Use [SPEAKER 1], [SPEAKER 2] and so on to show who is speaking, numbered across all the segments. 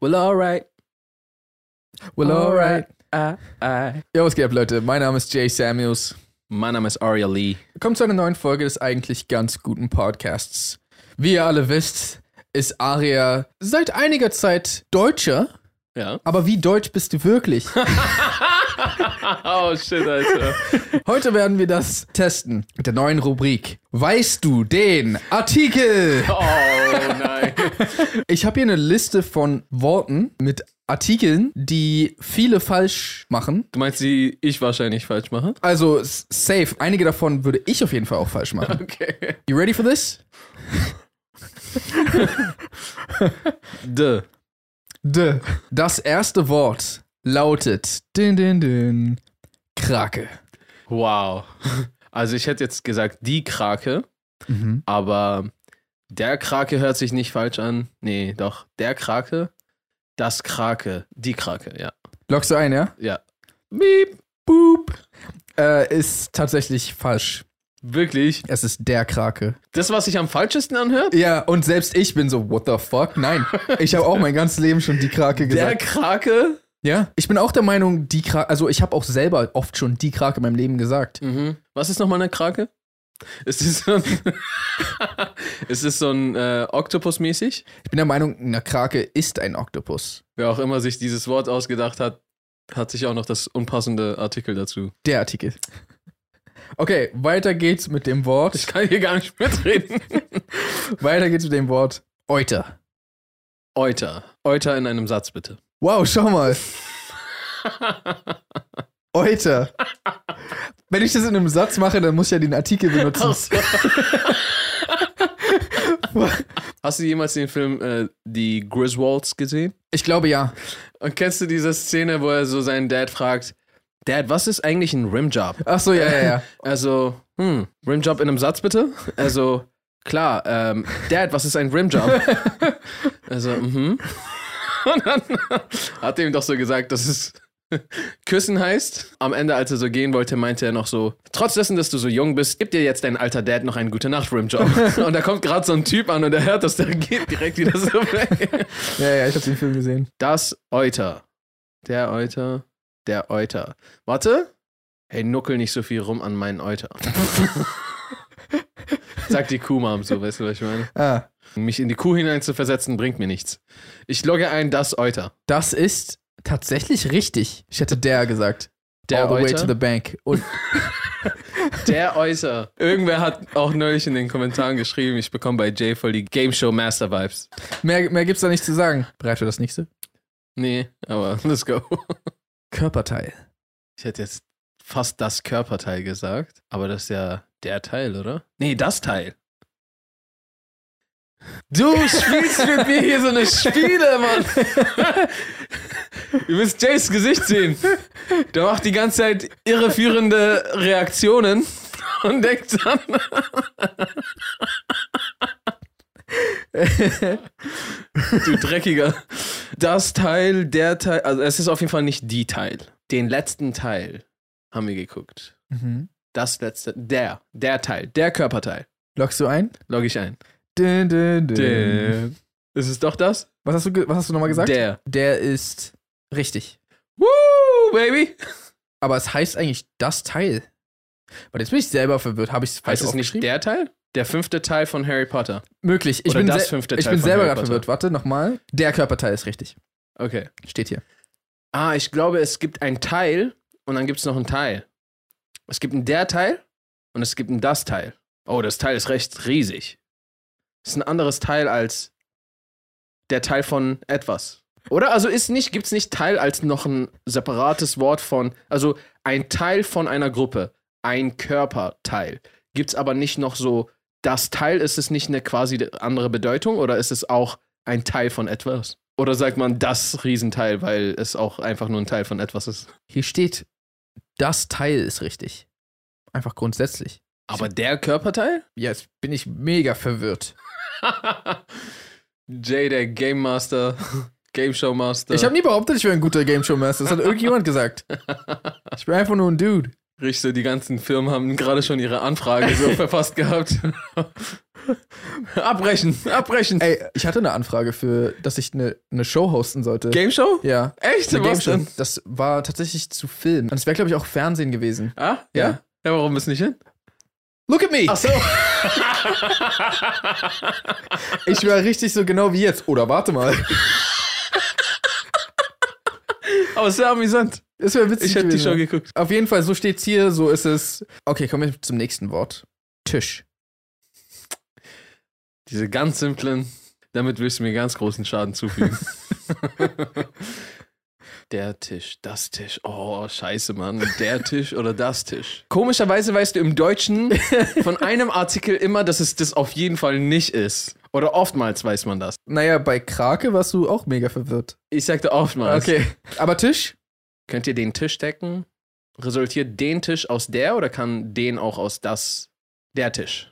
[SPEAKER 1] Well, alright. Well, alright. Ah, ah.
[SPEAKER 2] Yo, was geht ab, Leute? Mein Name ist Jay Samuels.
[SPEAKER 1] Mein Name ist Aria Lee.
[SPEAKER 2] Willkommen zu einer neuen Folge des eigentlich ganz guten Podcasts. Wie ihr alle wisst, ist Aria seit einiger Zeit Deutscher.
[SPEAKER 1] Ja.
[SPEAKER 2] Aber wie deutsch bist du wirklich?
[SPEAKER 1] Oh shit, Alter.
[SPEAKER 2] Heute werden wir das testen mit der neuen Rubrik. Weißt du den Artikel?
[SPEAKER 1] Oh nein.
[SPEAKER 2] Ich habe hier eine Liste von Worten mit Artikeln, die viele falsch machen.
[SPEAKER 1] Du meinst, die ich wahrscheinlich falsch mache?
[SPEAKER 2] Also s- safe. Einige davon würde ich auf jeden Fall auch falsch machen.
[SPEAKER 1] Okay.
[SPEAKER 2] You ready for this?
[SPEAKER 1] D.
[SPEAKER 2] D. Das erste Wort lautet din din din Krake.
[SPEAKER 1] Wow. Also ich hätte jetzt gesagt die Krake, aber der Krake hört sich nicht falsch an. Nee, doch. Der Krake, das Krake, die Krake, ja.
[SPEAKER 2] Lockst du ein, ja?
[SPEAKER 1] Ja.
[SPEAKER 2] Beep, boop. Äh, ist tatsächlich falsch.
[SPEAKER 1] Wirklich?
[SPEAKER 2] Es ist der Krake.
[SPEAKER 1] Das, was sich am falschesten anhört?
[SPEAKER 2] Ja, und selbst ich bin so, what the fuck? Nein. Ich habe auch mein ganzes Leben schon die Krake
[SPEAKER 1] Der
[SPEAKER 2] gesagt.
[SPEAKER 1] Krake?
[SPEAKER 2] ja. Ich bin auch der Meinung, die Krake, also ich habe auch selber oft schon die Krake in meinem Leben gesagt.
[SPEAKER 1] Mhm. Was ist nochmal eine Krake? Ist es so ein, ist es so ein äh, Oktopus-mäßig?
[SPEAKER 2] Ich bin der Meinung, eine Krake ist ein Oktopus.
[SPEAKER 1] Wer auch immer sich dieses Wort ausgedacht hat, hat sich auch noch das unpassende Artikel dazu.
[SPEAKER 2] Der Artikel. Okay, weiter geht's mit dem
[SPEAKER 1] Ich
[SPEAKER 2] Wort.
[SPEAKER 1] kann hier gar nicht mitreden.
[SPEAKER 2] Weiter geht's mit dem Wort Euter.
[SPEAKER 1] Euter. Euter in einem Satz, bitte.
[SPEAKER 2] Wow, schau mal. Euter. Wenn ich das in einem Satz mache, dann muss ich ja den Artikel benutzen.
[SPEAKER 1] Hast du jemals den Film äh, Die Griswolds gesehen?
[SPEAKER 2] Ich glaube ja.
[SPEAKER 1] Und kennst du diese Szene, wo er so seinen Dad fragt, Dad, was ist eigentlich ein Rimjob?
[SPEAKER 2] Ach so, ja, ja, ja.
[SPEAKER 1] Also, hm, Rimjob in einem Satz bitte? Also, klar, ähm, Dad, was ist ein Rimjob? Also, mhm. Und dann hat er ihm doch so gesagt, dass es Küssen heißt. Am Ende, als er so gehen wollte, meinte er noch so, trotz dessen, dass du so jung bist, gib dir jetzt dein alter Dad noch einen Gute-Nacht-Rimjob. Und da kommt gerade so ein Typ an und er hört das, der geht direkt wieder so weg.
[SPEAKER 2] Ja, ja, ich habe den Film gesehen.
[SPEAKER 1] Das Euter. Der Euter. Der Euter. Warte. Hey, nuckel nicht so viel rum an meinen Euter. Sagt die Kuhmam so, weißt du, was ich meine?
[SPEAKER 2] Ah,
[SPEAKER 1] Mich in die Kuh hinein zu versetzen, bringt mir nichts. Ich logge ein, das Euter.
[SPEAKER 2] das ist tatsächlich richtig. Ich hätte der gesagt.
[SPEAKER 1] Der
[SPEAKER 2] All the way
[SPEAKER 1] Euter?
[SPEAKER 2] to the bank. Und
[SPEAKER 1] Der Euter. Irgendwer hat auch neulich in den Kommentaren geschrieben, ich bekomme bei Jay voll die Game Show Master Vibes.
[SPEAKER 2] mehr, mehr gibt's da nicht zu sagen. Bereit für das nächste?
[SPEAKER 1] Nee, aber let's go.
[SPEAKER 2] Körperteil.
[SPEAKER 1] Ich hätte jetzt fast das Körperteil gesagt, aber das ist ja der Teil, oder? Nee, das Teil. Du spielst mit mir hier so eine Spiele, Mann. Ihr müsst Jays Gesicht sehen. Der macht die ganze Zeit irreführende Reaktionen und denkt dann. du Dreckiger. Das Teil, der Teil, also es ist auf jeden Fall nicht die Teil. Den letzten Teil haben wir geguckt.
[SPEAKER 2] Mhm.
[SPEAKER 1] Das letzte, der, der Teil, der Körperteil.
[SPEAKER 2] Lockst du ein?
[SPEAKER 1] Log ich ein.
[SPEAKER 2] Dün, dün, dün.
[SPEAKER 1] Der. Ist es doch das?
[SPEAKER 2] Was hast du, ge- was hast du nochmal gesagt?
[SPEAKER 1] Der.
[SPEAKER 2] Der ist richtig.
[SPEAKER 1] Woo, Baby.
[SPEAKER 2] Aber es heißt eigentlich das Teil. Weil jetzt bin ich selber verwirrt. Habe ich falsch
[SPEAKER 1] Heißt es nicht
[SPEAKER 2] aufgeschrieben?
[SPEAKER 1] der Teil? Der fünfte Teil von Harry Potter.
[SPEAKER 2] Möglich. Ich
[SPEAKER 1] Oder
[SPEAKER 2] bin,
[SPEAKER 1] das
[SPEAKER 2] sel-
[SPEAKER 1] fünfte
[SPEAKER 2] ich
[SPEAKER 1] Teil
[SPEAKER 2] bin
[SPEAKER 1] von
[SPEAKER 2] selber
[SPEAKER 1] Harry
[SPEAKER 2] gerade
[SPEAKER 1] Potter.
[SPEAKER 2] verwirrt. Warte, nochmal. Der Körperteil ist richtig.
[SPEAKER 1] Okay.
[SPEAKER 2] Steht hier.
[SPEAKER 1] Ah, ich glaube, es gibt ein Teil und dann gibt es noch einen Teil. Es gibt ein der Teil und es gibt ein das Teil. Oh, das Teil ist recht riesig. Ist ein anderes Teil als der Teil von etwas. Oder? Also ist nicht, gibt es nicht Teil als noch ein separates Wort von, also ein Teil von einer Gruppe, ein Körperteil. Gibt es aber nicht noch so, das Teil ist es nicht eine quasi andere Bedeutung oder ist es auch ein Teil von etwas? Oder sagt man das Riesenteil, weil es auch einfach nur ein Teil von etwas ist?
[SPEAKER 2] Hier steht, das Teil ist richtig. Einfach grundsätzlich.
[SPEAKER 1] Aber der Körperteil?
[SPEAKER 2] Jetzt bin ich mega verwirrt.
[SPEAKER 1] Jay, der Game Master, Game Show Master.
[SPEAKER 2] Ich habe nie behauptet, ich wäre ein guter Game Show Master. Das hat irgendjemand gesagt. Ich bin einfach nur ein Dude.
[SPEAKER 1] Richtig, so die ganzen Firmen haben gerade schon ihre Anfrage so verfasst gehabt. abbrechen, abbrechen.
[SPEAKER 2] Ey, ich hatte eine Anfrage für, dass ich eine, eine Show hosten sollte.
[SPEAKER 1] Game Show?
[SPEAKER 2] ja.
[SPEAKER 1] Echt?
[SPEAKER 2] Eine
[SPEAKER 1] Was
[SPEAKER 2] Game
[SPEAKER 1] denn?
[SPEAKER 2] Show. Das war tatsächlich zu Film. Und es wäre, glaube ich, auch Fernsehen gewesen.
[SPEAKER 1] Ah, ja?
[SPEAKER 2] Ja.
[SPEAKER 1] ja? warum bist du nicht hin?
[SPEAKER 2] Look at me!
[SPEAKER 1] Ach so.
[SPEAKER 2] Ich war richtig so genau wie jetzt. Oder warte mal.
[SPEAKER 1] Aber es ist ja amüsant.
[SPEAKER 2] Das wäre witzig
[SPEAKER 1] Ich hätte die
[SPEAKER 2] gewesen.
[SPEAKER 1] Show geguckt.
[SPEAKER 2] Auf jeden Fall, so steht's hier, so ist es. Okay, kommen wir zum nächsten Wort. Tisch.
[SPEAKER 1] Diese ganz simplen, damit willst du mir ganz großen Schaden zufügen. Der Tisch, das Tisch. Oh, scheiße, Mann. Der Tisch oder das Tisch. Komischerweise weißt du im Deutschen von einem Artikel immer, dass es das auf jeden Fall nicht ist. Oder oftmals weiß man das.
[SPEAKER 2] Naja, bei Krake warst du auch mega verwirrt.
[SPEAKER 1] Ich sagte oftmals.
[SPEAKER 2] Aber Tisch?
[SPEAKER 1] Könnt ihr den Tisch decken? Resultiert den Tisch aus der oder kann den auch aus das der Tisch?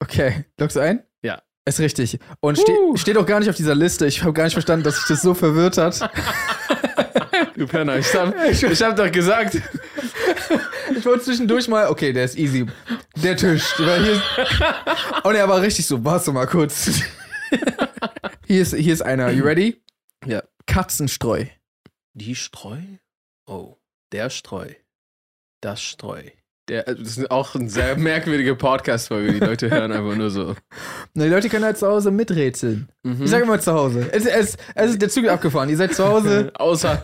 [SPEAKER 2] Okay. Loggst du ein?
[SPEAKER 1] Ja.
[SPEAKER 2] Ist richtig. Und
[SPEAKER 1] Uh.
[SPEAKER 2] ste steht auch gar nicht auf dieser Liste. Ich habe gar nicht verstanden, dass sich das so verwirrt hat.
[SPEAKER 1] Du Penner, ich hab, ich hab doch gesagt.
[SPEAKER 2] Ich wollte zwischendurch mal, okay, der ist easy. Der Tisch. Weil hier Und er war richtig so, warte mal kurz. Hier ist, hier ist einer. You ready?
[SPEAKER 1] Ja.
[SPEAKER 2] Katzenstreu.
[SPEAKER 1] Die Streu? Oh, der Streu. Das Streu. Der, äh, das ist auch ein sehr merkwürdige Podcast-Folge. Die Leute hören einfach nur so.
[SPEAKER 2] Na, die Leute können halt zu Hause miträtseln.
[SPEAKER 1] Mhm.
[SPEAKER 2] Ich sage immer zu Hause. Es, es, es ist der Zug ist abgefahren. Ihr seid zu Hause.
[SPEAKER 1] Außer.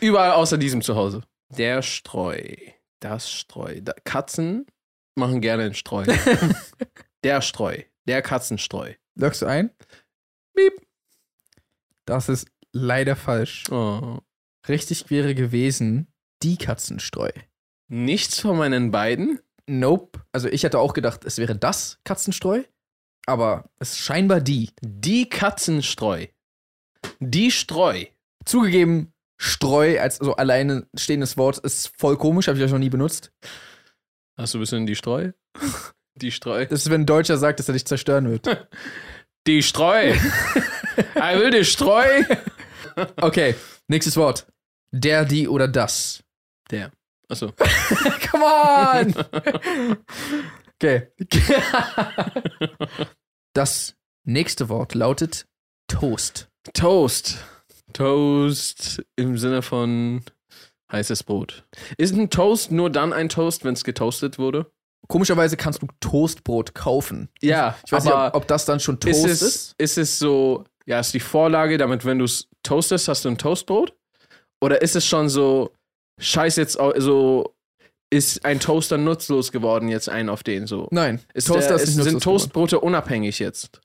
[SPEAKER 1] überall außer diesem zu Hause. Der Streu. Das Streu. Da, Katzen machen gerne den Streu. der Streu. Der Katzenstreu.
[SPEAKER 2] Loggst du ein?
[SPEAKER 1] Piep.
[SPEAKER 2] Das ist leider falsch.
[SPEAKER 1] Oh.
[SPEAKER 2] Richtig wäre gewesen die Katzenstreu.
[SPEAKER 1] Nichts von meinen beiden?
[SPEAKER 2] Nope. Also ich hätte auch gedacht, es wäre das Katzenstreu, aber es ist scheinbar die.
[SPEAKER 1] Die Katzenstreu. Die Streu.
[SPEAKER 2] Zugegeben, Streu als so alleine stehendes Wort ist voll komisch, habe ich euch noch nie benutzt.
[SPEAKER 1] Hast du ein bisschen die Streu? Die Streu.
[SPEAKER 2] Das ist, wenn ein Deutscher sagt, dass er dich zerstören wird.
[SPEAKER 1] Die Streu. I will die Streu.
[SPEAKER 2] Okay, nächstes Wort. Der, die oder das.
[SPEAKER 1] Der. Achso.
[SPEAKER 2] Come on! Okay. Das nächste Wort lautet Toast.
[SPEAKER 1] Toast. Toast im Sinne von heißes Brot. Ist ein Toast nur dann ein Toast, wenn es getoastet wurde?
[SPEAKER 2] Komischerweise kannst du Toastbrot kaufen.
[SPEAKER 1] Ja,
[SPEAKER 2] Ich weiß
[SPEAKER 1] aber
[SPEAKER 2] nicht, ob, ob das dann schon Toast
[SPEAKER 1] ist
[SPEAKER 2] ist.
[SPEAKER 1] es, ist? es so, ja, ist die Vorlage, damit wenn du es toastest, hast du ein Toastbrot? Oder ist es schon so, scheiß jetzt, au- so, ist ein Toaster nutzlos geworden jetzt ein auf den so?
[SPEAKER 2] Nein,
[SPEAKER 1] Ist
[SPEAKER 2] Toaster
[SPEAKER 1] der,
[SPEAKER 2] ist nicht
[SPEAKER 1] sind
[SPEAKER 2] nutzlos
[SPEAKER 1] Toastbrote unabhängig jetzt?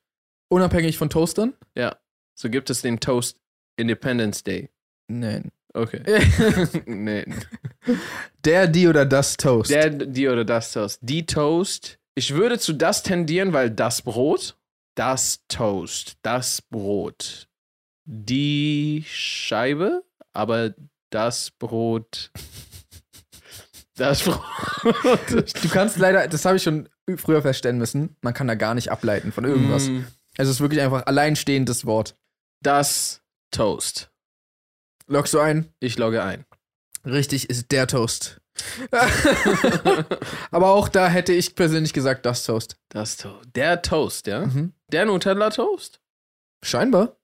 [SPEAKER 2] unabhängig von Toastern?
[SPEAKER 1] Ja. So gibt es den Toast Independence Day.
[SPEAKER 2] Nein.
[SPEAKER 1] Okay. nee.
[SPEAKER 2] Der, die oder das Toast.
[SPEAKER 1] Der, die oder das Toast. Die Toast. Ich würde zu das tendieren, weil das Brot, das Toast, das Brot, die Scheibe, aber das Brot, das Brot.
[SPEAKER 2] du kannst leider, das habe ich schon früher verstehen müssen, man kann da gar nicht ableiten von irgendwas.
[SPEAKER 1] Mm,
[SPEAKER 2] Also es ist wirklich einfach alleinstehendes Wort.
[SPEAKER 1] Das Toast.
[SPEAKER 2] Loggst du ein?
[SPEAKER 1] Ich logge ein.
[SPEAKER 2] Richtig ist der Toast. Aber auch da hätte ich persönlich gesagt, das Toast.
[SPEAKER 1] Das Toast. Der Toast, ja?
[SPEAKER 2] Mhm.
[SPEAKER 1] Der Nutella Toast?
[SPEAKER 2] Scheinbar.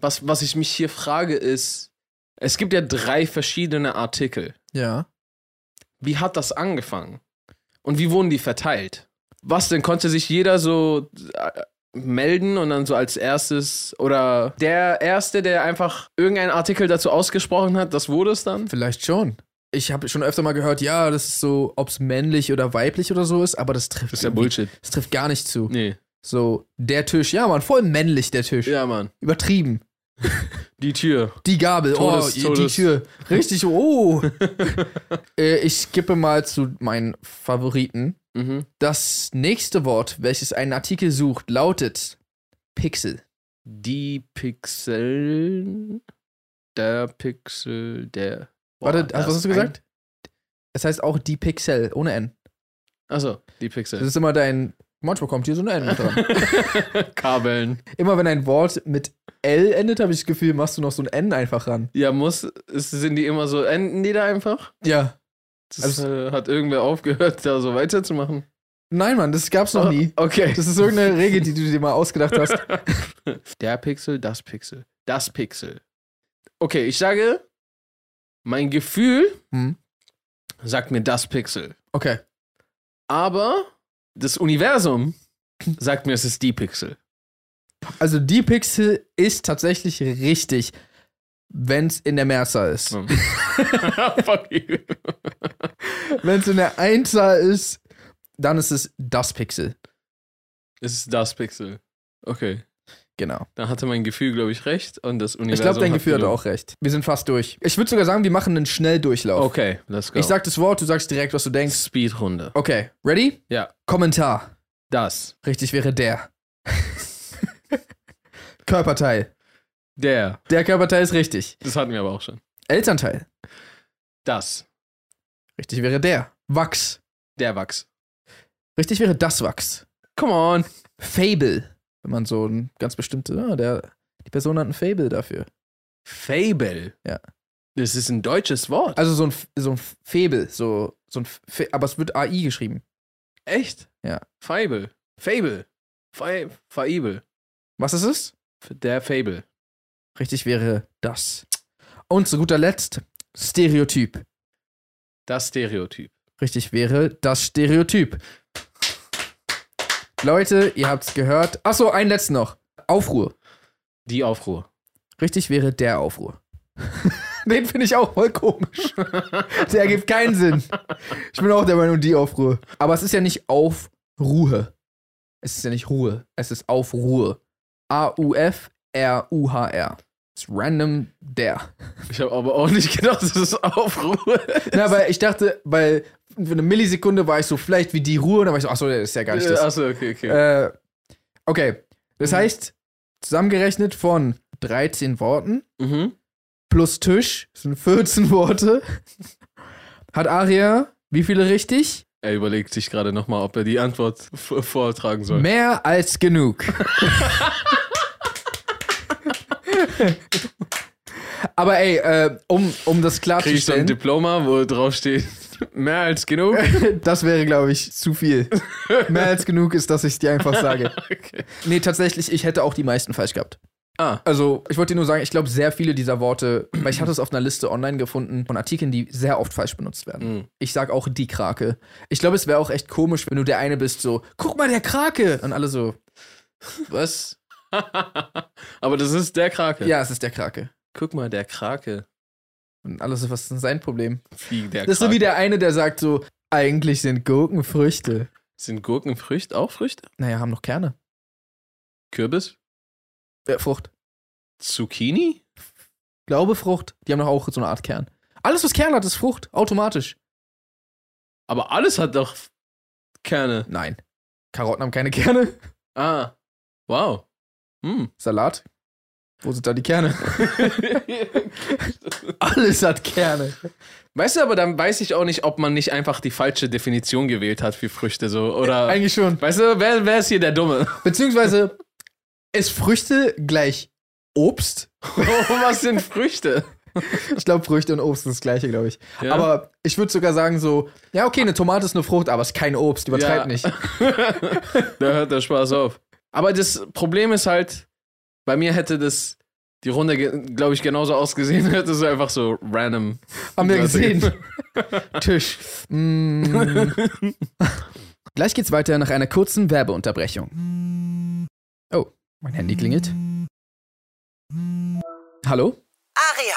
[SPEAKER 1] was, was ich mich hier frage, ist, es gibt ja drei verschiedene Artikel.
[SPEAKER 2] Ja.
[SPEAKER 1] Wie hat das angefangen? Und wie wurden die verteilt? Was denn? Konnte sich jeder so äh, melden und dann so als erstes oder der Erste, der einfach irgendeinen Artikel dazu ausgesprochen hat, das wurde es dann?
[SPEAKER 2] Vielleicht schon. Ich habe schon öfter mal gehört, ja, das ist so, ob es männlich oder weiblich oder so ist, aber das trifft, irgendwie-
[SPEAKER 1] Bullshit.
[SPEAKER 2] das trifft gar nicht zu.
[SPEAKER 1] Nee.
[SPEAKER 2] So, der Tisch, ja, Mann, voll männlich der Tisch.
[SPEAKER 1] Ja, Mann.
[SPEAKER 2] Übertrieben.
[SPEAKER 1] Die Tür.
[SPEAKER 2] Die Gabel,
[SPEAKER 1] Todes-
[SPEAKER 2] oh,
[SPEAKER 1] Todes-
[SPEAKER 2] die Tür. Richtig, oh. äh, ich skippe mal zu meinen Favoriten.
[SPEAKER 1] Mhm.
[SPEAKER 2] Das nächste Wort, welches einen Artikel sucht, lautet Pixel.
[SPEAKER 1] Die Pixel. Der Pixel, der.
[SPEAKER 2] Warte,
[SPEAKER 1] da
[SPEAKER 2] hast- was
[SPEAKER 1] ist
[SPEAKER 2] hast du
[SPEAKER 1] ein-
[SPEAKER 2] gesagt? Es heißt auch die Pixel, ohne N.
[SPEAKER 1] Achso, die
[SPEAKER 2] Das
[SPEAKER 1] Pixel.
[SPEAKER 2] ist immer dein. Manchmal kommt hier so ein N mit dran.
[SPEAKER 1] Kabeln.
[SPEAKER 2] Immer wenn ein Wort mit L endet, habe ich das Gefühl, machst du noch so ein N einfach ran.
[SPEAKER 1] Ja, muss, ist, sind die immer so, enden die da einfach?
[SPEAKER 2] Ja.
[SPEAKER 1] Das
[SPEAKER 2] Also
[SPEAKER 1] äh, hat irgendwer aufgehört, da so weiterzumachen. Ah,
[SPEAKER 2] Nein, Mann, das gab's noch nie.
[SPEAKER 1] Okay.
[SPEAKER 2] Das ist irgendeine Regel, die du dir mal ausgedacht hast.
[SPEAKER 1] Der Pixel, das Pixel, das Pixel. Okay, ich sage, mein Gefühl
[SPEAKER 2] Hm.
[SPEAKER 1] sagt mir das Pixel.
[SPEAKER 2] Okay.
[SPEAKER 1] Aber das Universum sagt mir, es ist die Pixel.
[SPEAKER 2] Also die Pixel ist tatsächlich richtig, wenn's in der Mehrzahl ist.
[SPEAKER 1] Hm. Fuck you.
[SPEAKER 2] Wenn's in der Einzahl ist, dann ist es das Pixel.
[SPEAKER 1] Es ist das Pixel. Okay.
[SPEAKER 2] Genau.
[SPEAKER 1] Da hatte mein Gefühl, glaube ich, recht. Und das Universum.
[SPEAKER 2] Ich glaube, dein
[SPEAKER 1] hat
[SPEAKER 2] Gefühl hat
[SPEAKER 1] gelogen.
[SPEAKER 2] auch recht. Wir sind fast durch. Ich würde sogar sagen, wir machen einen Schnelldurchlauf.
[SPEAKER 1] Okay, let's go.
[SPEAKER 2] Ich sag das Wort, du sagst direkt, was du denkst.
[SPEAKER 1] Speedrunde.
[SPEAKER 2] Okay, ready?
[SPEAKER 1] Ja.
[SPEAKER 2] Kommentar.
[SPEAKER 1] Das.
[SPEAKER 2] Richtig wäre der. Körperteil.
[SPEAKER 1] Der.
[SPEAKER 2] Der Körperteil ist richtig.
[SPEAKER 1] Das hatten wir aber auch schon.
[SPEAKER 2] Elternteil.
[SPEAKER 1] Das.
[SPEAKER 2] Richtig wäre der. Wachs.
[SPEAKER 1] Der Wachs.
[SPEAKER 2] Richtig wäre das Wachs.
[SPEAKER 1] Come on.
[SPEAKER 2] Fable. Wenn man so ein ganz bestimmte, ah, der, die Person hat ein Fable dafür.
[SPEAKER 1] Fable.
[SPEAKER 2] Ja.
[SPEAKER 1] Das ist ein deutsches Wort.
[SPEAKER 2] Also so ein, F- so ein F- Fable, so, so ein, F- aber es wird AI geschrieben.
[SPEAKER 1] Echt?
[SPEAKER 2] Ja.
[SPEAKER 1] Fable. Fable. Fa- Fable.
[SPEAKER 2] Was ist es?
[SPEAKER 1] Der Fable.
[SPEAKER 2] Richtig wäre das. Und zu guter Letzt, Stereotyp.
[SPEAKER 1] Das Stereotyp.
[SPEAKER 2] Richtig wäre das Stereotyp. Leute, ihr habt's gehört. Achso, einen letzten noch. Aufruhr.
[SPEAKER 1] Die Aufruhr.
[SPEAKER 2] Richtig wäre der Aufruhr. Den finde ich auch voll komisch. Der ergibt keinen Sinn. Ich bin auch der Meinung, die Aufruhr. Aber es ist ja nicht Aufruhe. Es ist ja nicht Ruhe. Es ist Aufruhr. A-U-F-R-U-H-R. Ist random der.
[SPEAKER 1] Ich habe aber auch nicht gedacht, dass es Aufruhr ist.
[SPEAKER 2] Na, weil ich dachte, weil für eine Millisekunde war ich so vielleicht wie die Ruhe und dann war ich so, achso, das ist ja gar nicht das.
[SPEAKER 1] Achso, okay, okay.
[SPEAKER 2] Äh, okay, das heißt, zusammengerechnet von 13 Worten
[SPEAKER 1] Mhm.
[SPEAKER 2] plus Tisch sind 14 Worte. Hat Aria wie viele richtig?
[SPEAKER 1] Er überlegt sich gerade nochmal, ob er die Antwort v- vortragen soll.
[SPEAKER 2] Mehr als genug. Aber ey, äh, um, um das
[SPEAKER 1] Kriege ich so ein
[SPEAKER 2] klarzustellen,
[SPEAKER 1] Diploma, wo drauf steht, mehr als genug?
[SPEAKER 2] das wäre, glaube ich, zu viel. Mehr als genug ist, dass ich dir einfach sage.
[SPEAKER 1] Okay.
[SPEAKER 2] Nee, tatsächlich, ich hätte auch die meisten falsch gehabt.
[SPEAKER 1] Ah,
[SPEAKER 2] Also, ich wollte dir nur sagen, ich glaube, sehr viele dieser Worte, weil ich hatte es auf einer Liste online gefunden von Artikeln, die sehr oft falsch benutzt werden.
[SPEAKER 1] Mhm.
[SPEAKER 2] Ich sag auch die Krake. Ich glaube, es wäre auch echt komisch, wenn du der eine bist, so, guck mal, der Krake! Und alle so, was?
[SPEAKER 1] aber das ist der Krake.
[SPEAKER 2] Ja, es ist der Krake.
[SPEAKER 1] Guck mal, der Krake.
[SPEAKER 2] Und alle so, was ist denn sein Problem?
[SPEAKER 1] Fliegen der
[SPEAKER 2] Das ist so
[SPEAKER 1] Krake.
[SPEAKER 2] wie der eine, der sagt so, eigentlich sind Gurken Früchte.
[SPEAKER 1] Sind Gurken Früchte auch Früchte?
[SPEAKER 2] Naja, haben noch Kerne.
[SPEAKER 1] Kürbis?
[SPEAKER 2] Äh, Frucht.
[SPEAKER 1] Zucchini?
[SPEAKER 2] Glaube Frucht. Die haben doch auch so eine Art Kern. Alles, was Kern hat, ist Frucht. Automatisch.
[SPEAKER 1] Aber alles hat doch Kerne.
[SPEAKER 2] Nein. Karotten haben keine Kerne.
[SPEAKER 1] Ah, wow. Hm.
[SPEAKER 2] Salat? Wo sind da die Kerne? Alles hat Kerne.
[SPEAKER 1] weißt du, aber dann weiß ich auch nicht, ob man nicht einfach die falsche Definition gewählt hat für Früchte so. Oder.
[SPEAKER 2] Eigentlich schon.
[SPEAKER 1] weißt du, wer, wer ist hier der Dumme?
[SPEAKER 2] Beziehungsweise ist Früchte gleich Obst?
[SPEAKER 1] Oh, was sind Früchte?
[SPEAKER 2] Ich glaube, Früchte und Obst sind das gleiche, glaube ich.
[SPEAKER 1] Ja.
[SPEAKER 2] Aber ich würde sogar sagen so, ja, okay, eine Tomate ist eine Frucht, aber es ist kein Obst, übertreib
[SPEAKER 1] Ja.
[SPEAKER 2] nicht.
[SPEAKER 1] Da hört der Spaß auf. Aber das Problem ist halt, bei mir hätte das die Runde, glaube ich, genauso ausgesehen, hätte es einfach so random.
[SPEAKER 2] Haben wir
[SPEAKER 1] Das-
[SPEAKER 2] gesehen. Tisch. Mm. Gleich geht's weiter nach einer kurzen Werbeunterbrechung. Oh, mein Handy klingelt. Hallo?
[SPEAKER 3] Aria,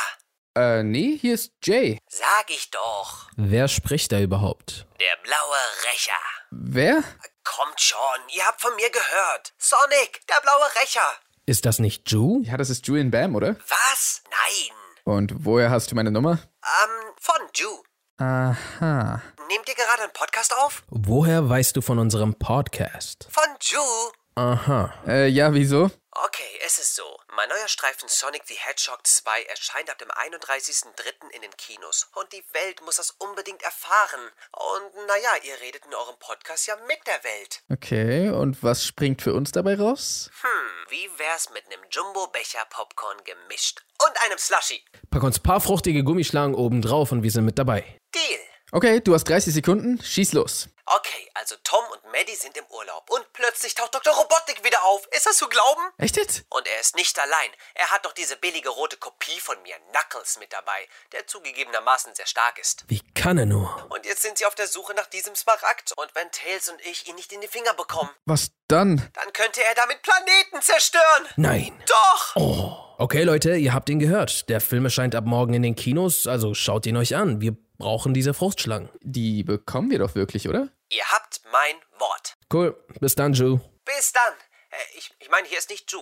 [SPEAKER 2] Äh, nee, hier ist Jay.
[SPEAKER 3] sag ich doch.
[SPEAKER 2] Wer spricht da überhaupt?
[SPEAKER 3] Der blaue Rächer.
[SPEAKER 2] Wer?
[SPEAKER 3] Kommt schon, ihr habt von mir gehört. Sonic, der blaue Rächer.
[SPEAKER 4] Ist das nicht
[SPEAKER 2] Uh.
[SPEAKER 4] Ju?
[SPEAKER 2] Ja, das ist Julian Bam, oder?
[SPEAKER 3] Was? Nein.
[SPEAKER 2] Und woher hast du meine Nummer?
[SPEAKER 3] Ähm, von Ju.
[SPEAKER 2] Aha.
[SPEAKER 3] Nehmt ihr gerade einen Podcast auf?
[SPEAKER 4] Woher weißt du von unserem Podcast?
[SPEAKER 3] Von Ju.
[SPEAKER 4] Aha.
[SPEAKER 2] Äh, ja, wieso?
[SPEAKER 3] Okay, es ist so. Mein neuer Streifen Sonic the Hedgehog 2 erscheint ab dem 31.03. in den Kinos. Und die Welt muss das unbedingt erfahren. Und naja, ihr redet in eurem Podcast ja mit der Welt.
[SPEAKER 2] Okay, und was springt für uns dabei raus?
[SPEAKER 3] Hm, wie wär's mit einem Jumbo-Becher Popcorn gemischt? Und einem Slushy.
[SPEAKER 4] Pack uns paar fruchtige Gummischlangen oben drauf und wir sind mit dabei.
[SPEAKER 3] Deal.
[SPEAKER 2] Okay, du hast 30 Sekunden, schieß los.
[SPEAKER 3] Okay, also Tom und Maddie sind im Urlaub und plötzlich taucht Dr. Robotik wieder auf. Ist das zu glauben?
[SPEAKER 2] Echt jetzt?
[SPEAKER 3] Und er ist nicht allein. Er hat noch diese billige rote Kopie von mir, Knuckles, mit dabei, der zugegebenermaßen sehr stark ist.
[SPEAKER 4] Wie kann er nur?
[SPEAKER 3] Und jetzt sind sie auf der Suche nach diesem Smaragd. Und wenn Tails und ich ihn nicht in die Finger bekommen,
[SPEAKER 2] Was dann?
[SPEAKER 3] dann könnte er damit Planeten zerstören.
[SPEAKER 4] Nein.
[SPEAKER 3] Doch!
[SPEAKER 4] Okay, Leute, ihr habt ihn gehört. Der Film erscheint ab morgen in den Kinos, also schaut ihn euch an. Wir brauchen diese Fruchtschlangen.
[SPEAKER 2] Die bekommen wir doch wirklich, oder?
[SPEAKER 3] Ihr habt mein Wort.
[SPEAKER 4] Cool. Bis dann, Ju.
[SPEAKER 3] Bis dann. Äh, ich, ich meine, hier ist nicht Ju.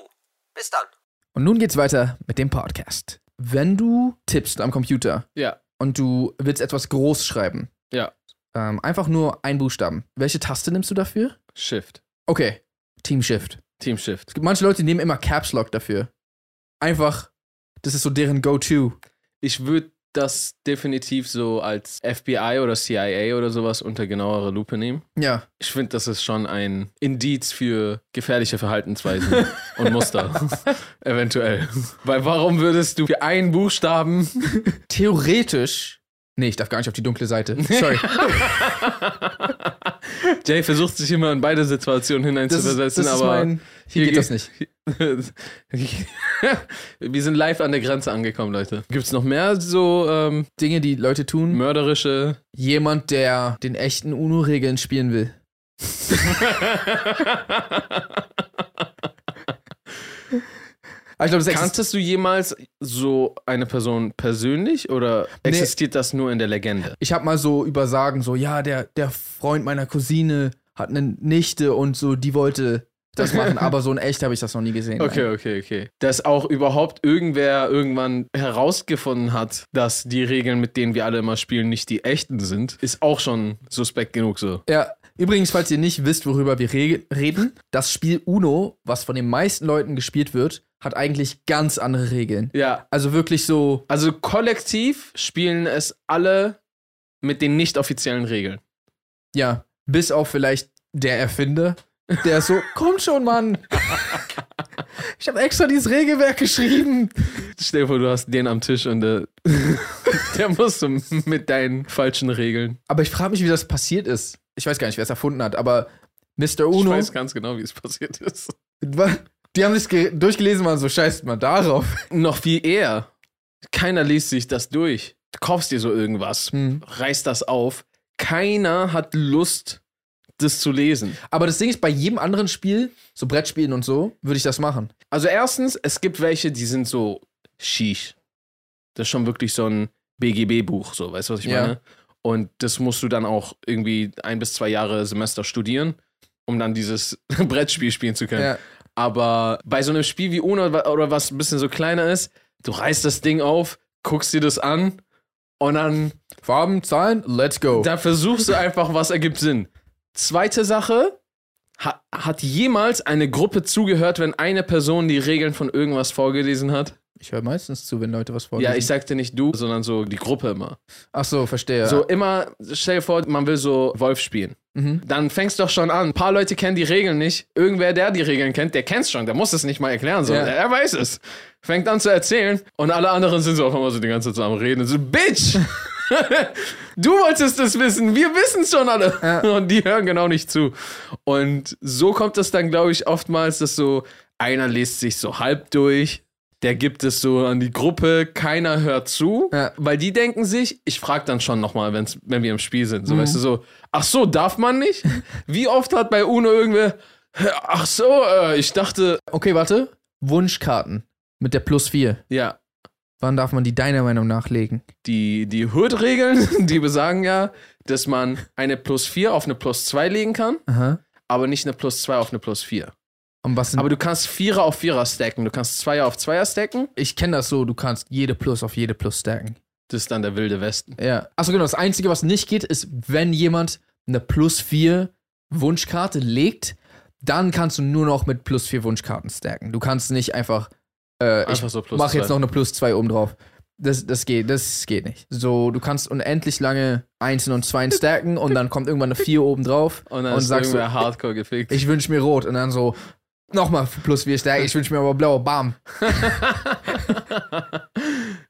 [SPEAKER 3] Bis dann.
[SPEAKER 2] Und nun geht's weiter mit dem Podcast. Wenn du tippst am Computer
[SPEAKER 1] Ja,
[SPEAKER 2] und du willst etwas groß schreiben,
[SPEAKER 1] ja.
[SPEAKER 2] ähm, einfach nur ein Buchstaben, welche Taste nimmst du dafür?
[SPEAKER 1] Shift.
[SPEAKER 2] Okay, Team Shift.
[SPEAKER 1] Team Shift.
[SPEAKER 2] Es gibt manche Leute, die nehmen immer Caps Lock dafür. Einfach, das ist so deren Go-To.
[SPEAKER 1] Ich würde das definitiv so als FBI oder CIA oder sowas unter genauere Lupe nehmen.
[SPEAKER 2] Ja.
[SPEAKER 1] Ich finde, das ist schon ein Indiz für gefährliche Verhaltensweisen und Muster. Eventuell. Weil warum würdest du für einen Buchstaben.
[SPEAKER 2] Theoretisch. Nee, ich darf gar nicht auf die dunkle Seite. Sorry.
[SPEAKER 1] Jay versucht sich immer in beide Situationen
[SPEAKER 2] Das ist, das
[SPEAKER 1] hineinzuversetzen,
[SPEAKER 2] ist
[SPEAKER 1] aber.
[SPEAKER 2] mein. Hier geht das nicht.
[SPEAKER 1] Wir sind live an der Grenze angekommen, Leute. Gibt's noch mehr so ähm,
[SPEAKER 2] Dinge, die Leute tun.
[SPEAKER 1] mörderische.
[SPEAKER 2] Jemand, der den echten UNO-Regeln spielen will. Aber ich glaube, das existiert.
[SPEAKER 1] Kanntest du jemals so eine Person persönlich oder
[SPEAKER 2] Nee.
[SPEAKER 1] existiert das nur in der Legende?
[SPEAKER 2] Ich habe mal so übersagen, so, ja, der, der Freund meiner Cousine hat eine Nichte und so, die wollte das machen, aber so in echt habe ich das noch nie gesehen.
[SPEAKER 1] Okay, okay, okay. Dass auch überhaupt irgendwer irgendwann herausgefunden hat, dass die Regeln, mit denen wir alle immer spielen, nicht die echten sind, ist auch schon suspekt genug so.
[SPEAKER 2] Ja, übrigens, falls ihr nicht wisst, worüber wir re reden, das Spiel Uno, was von den meisten Leuten gespielt wird, hat eigentlich ganz andere Regeln.
[SPEAKER 1] Ja.
[SPEAKER 2] Also wirklich so,
[SPEAKER 1] Also kollektiv spielen es alle mit den nicht offiziellen Regeln.
[SPEAKER 2] ja, bis auf vielleicht der Erfinder, der ist so, komm schon, Mann. Ich habe extra dieses Regelwerk geschrieben.
[SPEAKER 1] Stell dir vor, du hast den am Tisch und der, der musst du mit deinen falschen Regeln.
[SPEAKER 2] Aber ich frage mich, wie das passiert ist. Ich weiß gar nicht, wer es erfunden hat, aber Mr.
[SPEAKER 1] Ich
[SPEAKER 2] Uno,
[SPEAKER 1] weiß ganz genau, wie es passiert ist.
[SPEAKER 2] die haben sich ge- durchgelesen, waren so, scheißt mal darauf.
[SPEAKER 1] Noch viel eher. Keiner liest sich das durch. Du kaufst dir so irgendwas,
[SPEAKER 2] Hm.
[SPEAKER 1] reißt das auf. Keiner hat Lust, das zu lesen.
[SPEAKER 2] Aber das Ding ist, bei jedem anderen Spiel, so Brettspielen und so, würde ich das machen.
[SPEAKER 1] Also erstens, es gibt welche, die sind so schisch. Das ist schon wirklich so ein BGB-Buch, so, weißt du, was ich
[SPEAKER 2] Ja.
[SPEAKER 1] meine? Und das musst du dann auch irgendwie ein bis zwei Jahre Semester studieren, um dann dieses Brettspiel spielen zu können.
[SPEAKER 2] Ja.
[SPEAKER 1] Aber bei so einem Spiel wie Uno wa- oder was ein bisschen so kleiner ist, du reißt das Ding auf, guckst dir das an und dann,
[SPEAKER 2] Farben, Zahlen, let's go.
[SPEAKER 1] dann versuchst du einfach, was ergibt Sinn. Zweite Sache, ha, hat jemals eine Gruppe zugehört, wenn eine Person die Regeln von irgendwas vorgelesen hat?
[SPEAKER 2] ich höre meistens zu, wenn Leute was vorlesen.
[SPEAKER 1] Ja, ich sagte nicht du, sondern so die Gruppe immer.
[SPEAKER 2] Ach so, verstehe.
[SPEAKER 1] So immer, stell dir vor, man will so Wolf spielen.
[SPEAKER 2] Mhm.
[SPEAKER 1] Dann fängst du doch schon an. Ein paar Leute kennen die Regeln nicht. Irgendwer, der die Regeln kennt, der kennt's schon. Der muss es nicht mal erklären. So.
[SPEAKER 2] Ja.
[SPEAKER 1] Er weiß es. Fängt an zu erzählen und alle anderen sind so auf einmal so die ganze Zeit so am Reden. Und so, Bitch! du wolltest es wissen. Wir wissen's schon alle. Und die hören genau nicht zu. Und so kommt es dann, glaube ich, oftmals, dass so einer liest sich so halb durch. Der gibt es so an die Gruppe, keiner hört zu,
[SPEAKER 2] Ja.
[SPEAKER 1] weil die denken sich, ich frage dann schon nochmal, wenn's, wenn wir im Spiel sind. So, weißt du, so, ach so, darf man nicht? Wie oft hat bei UNO irgendwer, ach so, äh, ich dachte,
[SPEAKER 2] okay, warte. Wunschkarten mit der Plus 4.
[SPEAKER 1] ja,
[SPEAKER 2] Wann darf man die deiner Meinung nach legen?
[SPEAKER 1] die, die Hood-Regeln, die besagen ja, dass man eine Plus 4 auf eine Plus 2 legen kann,
[SPEAKER 2] Aha.
[SPEAKER 1] aber nicht eine Plus 2 auf eine Plus 4.
[SPEAKER 2] Und was sind,
[SPEAKER 1] Aber du kannst Vierer auf Vierer stacken, du kannst Zweier auf Zweier stacken,
[SPEAKER 2] ich kenne das so, du kannst jede Plus auf jede Plus stacken.
[SPEAKER 1] das ist dann der wilde Westen.
[SPEAKER 2] Ja. Achso, genau. Das Einzige, was nicht geht, ist, wenn jemand eine plus 4 Wunschkarte legt, dann kannst du nur noch mit plus 4 Wunschkarten stacken. Du kannst nicht einfach, äh,
[SPEAKER 1] Einfach
[SPEAKER 2] ich
[SPEAKER 1] so plus
[SPEAKER 2] mach jetzt
[SPEAKER 1] zwei.
[SPEAKER 2] noch eine plus 2 oben drauf. Das, das, geht, das geht nicht. So, du kannst unendlich lange Einsen und Zweien stacken und dann kommt irgendwann eine 4 oben drauf
[SPEAKER 1] Und dann ist
[SPEAKER 2] sagst
[SPEAKER 1] irgendwer
[SPEAKER 2] du,
[SPEAKER 1] hardcore gefickt.
[SPEAKER 2] ich wünsche mir rot und dann so, nochmal plus 4 stärken, ich wünsche mir aber blau, bam.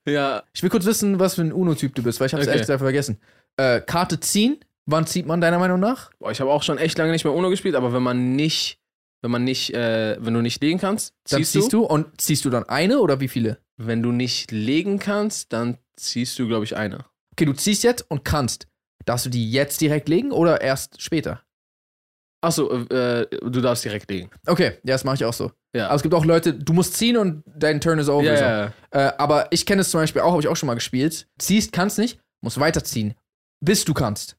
[SPEAKER 1] Ja.
[SPEAKER 2] Ich will kurz wissen, was für ein UNO-Typ du bist, weil ich hab's
[SPEAKER 1] Okay.
[SPEAKER 2] ehrlich gesagt vergessen. Äh, Karte ziehen, wann zieht man deiner Meinung nach?
[SPEAKER 1] Boah, ich habe auch schon echt lange nicht mehr UNO gespielt, aber wenn man nicht, wenn man nicht, äh, wenn du nicht legen kannst,
[SPEAKER 2] Dann ziehst, du? und ziehst du dann eine oder wie viele?
[SPEAKER 1] Wenn du nicht legen kannst, dann ziehst du, glaube ich, eine.
[SPEAKER 2] Okay, du ziehst jetzt und kannst. Darfst du die jetzt direkt legen oder erst später?
[SPEAKER 1] Achso, äh, äh, du darfst direkt legen.
[SPEAKER 2] Okay, ja, das mache ich auch so.
[SPEAKER 1] Ja.
[SPEAKER 2] Aber es gibt auch Leute, du musst ziehen und dein Turn ist over.
[SPEAKER 1] ja,
[SPEAKER 2] so.
[SPEAKER 1] ja, ja.
[SPEAKER 2] Äh, aber ich kenne es zum Beispiel auch, habe ich auch schon mal gespielt. Ziehst, kannst nicht, musst weiterziehen, bis du kannst.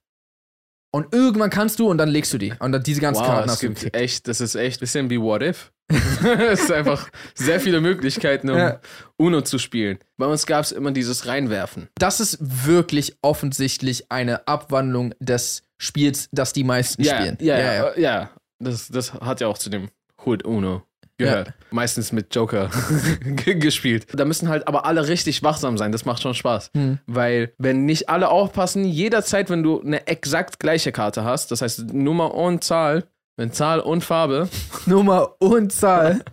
[SPEAKER 2] Und irgendwann kannst du und dann legst du die. Und dann diese ganzen
[SPEAKER 1] Wow,
[SPEAKER 2] Karten
[SPEAKER 1] es
[SPEAKER 2] hast du
[SPEAKER 1] gibt
[SPEAKER 2] gekriegt.
[SPEAKER 1] echt, das ist echt ein bisschen wie What If. es ist einfach sehr viele Möglichkeiten, um
[SPEAKER 2] Ja.
[SPEAKER 1] UNO zu spielen. Bei uns gab es immer dieses Reinwerfen.
[SPEAKER 2] Das ist wirklich offensichtlich eine Abwandlung des Spiels, das die meisten spielen.
[SPEAKER 1] Ja, ja, ja. ja. Das, das hat ja auch zu dem Holt Uno gehört. Meistens mit Joker ge- gespielt. Da müssen halt aber alle richtig wachsam sein. Das macht schon Spaß.
[SPEAKER 2] Hm.
[SPEAKER 1] Weil, wenn nicht alle aufpassen, jederzeit, wenn du eine exakt gleiche Karte hast, das heißt Nummer und Zahl, wenn Zahl und Farbe,
[SPEAKER 2] Nummer und Zahl.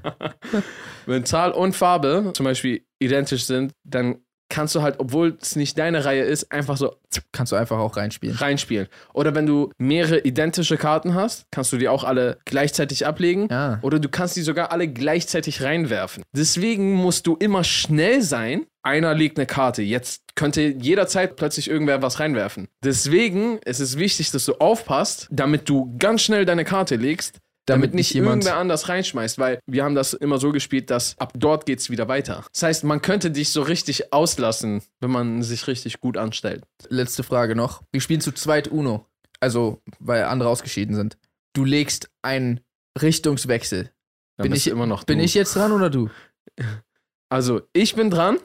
[SPEAKER 1] wenn Zahl und Farbe zum Beispiel identisch sind, dann kannst du halt, obwohl es nicht deine Reihe ist, einfach so
[SPEAKER 2] Kannst du einfach auch reinspielen.
[SPEAKER 1] reinspielen. Oder wenn du mehrere identische Karten hast, kannst du die auch alle gleichzeitig ablegen.
[SPEAKER 2] Ja.
[SPEAKER 1] Oder du kannst die sogar alle gleichzeitig reinwerfen. Deswegen musst du immer schnell sein. Einer legt eine Karte. Jetzt könnte jederzeit plötzlich irgendwer was reinwerfen. Deswegen ist es wichtig, dass du aufpasst, damit du ganz schnell deine Karte legst. Damit, nicht
[SPEAKER 2] jemand.
[SPEAKER 1] irgendwer anders reinschmeißt, weil wir haben das immer so gespielt, dass ab dort geht's wieder weiter. Das heißt, man könnte dich so richtig auslassen, wenn man sich richtig gut anstellt.
[SPEAKER 2] Letzte Frage noch. Wir spielen zu zweit Uno. Also, weil andere ausgeschieden sind. Du legst einen Richtungswechsel.
[SPEAKER 1] Dann
[SPEAKER 2] Bin
[SPEAKER 1] bist
[SPEAKER 2] ich-
[SPEAKER 1] du immer noch
[SPEAKER 2] Bin
[SPEAKER 1] du.
[SPEAKER 2] ich jetzt dran oder du?
[SPEAKER 1] Also, ich bin dran.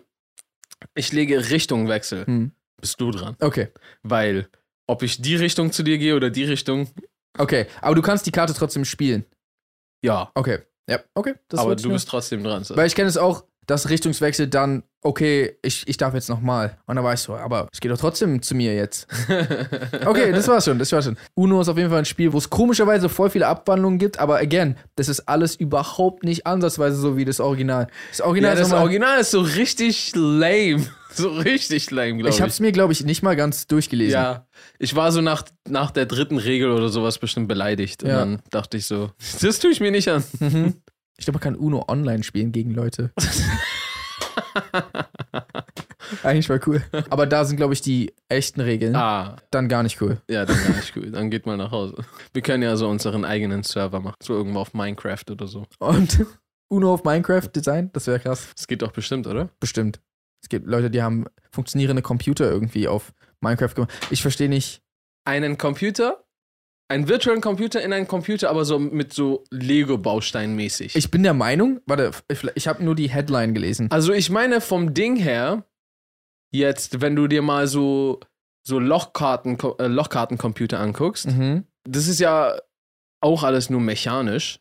[SPEAKER 1] Ich lege Richtungwechsel.
[SPEAKER 2] Hm.
[SPEAKER 1] Bist du dran?
[SPEAKER 2] Okay.
[SPEAKER 1] Weil, ob ich die Richtung zu dir gehe oder die Richtung,
[SPEAKER 2] Okay, aber du kannst die Karte trotzdem spielen.
[SPEAKER 1] ja.
[SPEAKER 2] Okay. Ja, okay. Das
[SPEAKER 1] aber
[SPEAKER 2] wollte ich
[SPEAKER 1] du
[SPEAKER 2] nur-
[SPEAKER 1] bist trotzdem dran. So.
[SPEAKER 2] Weil ich kenne es auch, dass Richtungswechsel dann, okay, ich, ich darf jetzt nochmal. Und dann war ich so, aber es geht doch trotzdem zu mir jetzt. Okay, das war's schon, das war's schon. Uno ist auf jeden Fall ein Spiel, wo es komischerweise voll viele Abwandlungen gibt, aber again, das ist alles überhaupt nicht ansatzweise so wie das Original. Das Original
[SPEAKER 1] ja, das
[SPEAKER 2] ist nochmal,
[SPEAKER 1] Original ist so richtig lame. So richtig lame, glaube ich.
[SPEAKER 2] Ich hab's mir, glaube ich, nicht mal ganz durchgelesen.
[SPEAKER 1] ja, ich war so nach, nach der dritten Regel oder sowas bestimmt beleidigt. Und
[SPEAKER 2] Ja.
[SPEAKER 1] dann dachte ich so, das tue ich mir nicht an.
[SPEAKER 2] Mhm. Ich glaube, man kann Uno online spielen gegen Leute. Eigentlich war cool. Aber da sind, glaube ich, die echten Regeln.
[SPEAKER 1] Ah,
[SPEAKER 2] Dann gar nicht cool.
[SPEAKER 1] ja, dann gar nicht gut. Dann geht mal nach Hause. Wir können ja so unseren eigenen Server machen. So irgendwo auf Minecraft oder so.
[SPEAKER 2] Und Uno auf Minecraft-Design, das wäre krass.
[SPEAKER 1] Das geht doch bestimmt, oder?
[SPEAKER 2] Bestimmt. Es gibt Leute, die haben funktionierende Computer irgendwie auf Minecraft gemacht. Ich verstehe nicht.
[SPEAKER 1] einen Computer, einen virtuellen Computer in einen Computer, aber so mit so Lego-Baustein mäßig.
[SPEAKER 2] Ich bin der Meinung, warte, ich, ich habe nur die Headline gelesen.
[SPEAKER 1] also ich meine vom Ding her, jetzt, wenn du dir mal so, so Lochkarten, äh, Lochkartencomputer anguckst,
[SPEAKER 2] Mhm.
[SPEAKER 1] das ist ja auch alles nur mechanisch.